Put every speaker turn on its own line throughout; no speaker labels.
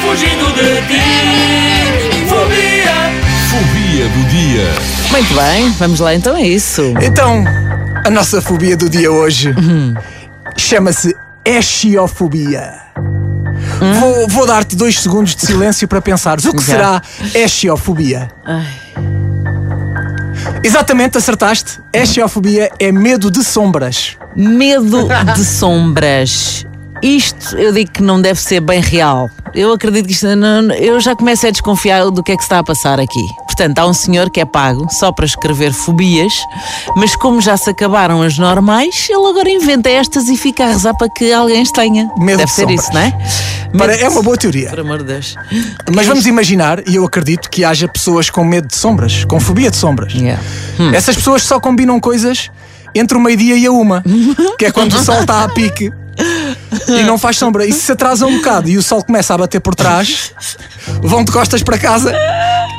fugindo de ti. Fobia.
Fobia do dia.
Muito bem, vamos lá então é isso.
Então, a nossa fobia do dia hoje
Uhum.
chama-se eschiofobia. Vou, vou dar-te dois segundos de silêncio para pensares. O que
Hum? Já.
será eschiofobia?
Ai,
Exatamente, acertaste. Eschiofobia é medo de sombras.
medo de sombras. Isto eu digo que não deve ser bem real. Eu acredito que isto. não- não- eu já começo a desconfiar do que é que se está a passar aqui. Portanto, há um senhor que é pago só para escrever fobias, mas como já se acabaram as normais, ele agora inventa estas e fica a rezar para que alguém as tenha.
Medo
deve
de
ser
sombras.
isso, não é?
Para-
Medo de-
é uma boa teoria.
Por amor de Deus.
Mas vamos imaginar, e eu acredito que haja pessoas com medo de sombras, com fobia de sombras.
Yeah.
Essas pessoas só combinam coisas entre o meio-dia e a uma, que é quando o sol está a pique e não faz sombra. E se se atrasa um bocado e o sol começa a bater por trás, vão de costas para casa,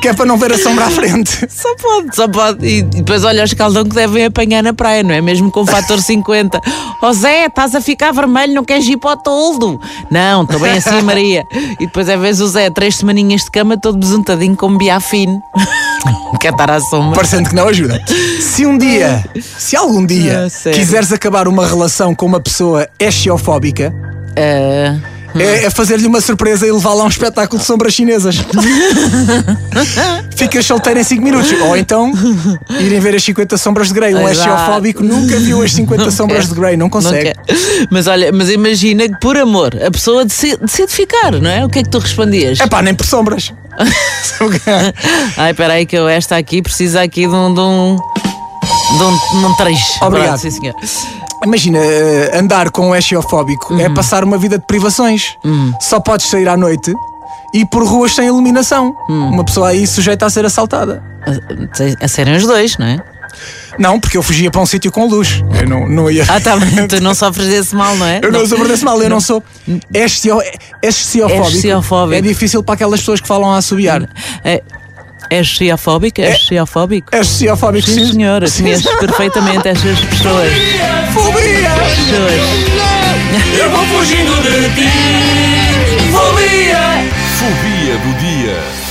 que é para não ver a sombra à frente.
Só pode, só pode. E depois olha o escaldão que devem apanhar na praia, não é? Mesmo com o fator 50. Ó Zé, estás a ficar vermelho, não queres ir para o toldo. Não, estou bem assim, Maria. E depois é vez o Zé, três semaninhas de cama, todo besuntadinho com biafino. Quer estar à sombra.
Parecendo que não ajuda. Se um dia, se algum dia
Ah, sério.
quiseres acabar uma relação com uma pessoa eschiofóbica,
Ah,
é, é fazer-lhe uma surpresa e levá-la a um espetáculo de sombras chinesas. Ficas solteiro em 5 minutos. Ou então irem ver as 50 sombras de Grey. Um
Exato.
eschiofóbico nunca viu as 50 sombras
quer.
de Grey, não consegue.
não quer. Mas olha, mas imagina que por amor a pessoa decide, decide ficar, não é? O que é que tu respondias?
É pá, nem por sombras.
Ai, espera aí que eu esta aqui precisa aqui de um... De um... De um, de um trecho.
Obrigado.
Pronto, sim, senhor.
Imagina, eh, andar com um eschiofóbico
Uhum.
é passar uma vida de privações.
Hum.
Só podes sair à noite e por ruas sem iluminação.
Hum.
Uma pessoa aí sujeita a ser assaltada.
A, a serem os dois, não é?
Não, porque eu fugia para um sítio com luz. Eu não, não ia.
Ah, tá bem, tu não sofres desse mal, não é?
Eu não, sou desse mal, eu não, sou. É escio- é esciofóbico.
Esciofóbico.
É difícil para aquelas pessoas que falam a assobiar.
É, és xiafóbico? És xiafóbico?
É esciofóbico,
Sim, senhora,
Sim.
conheces perfeitamente estas pessoas.
Fobia!
pessoas.
Eu vou fugindo de ti. Fobia.
Fobia do dia.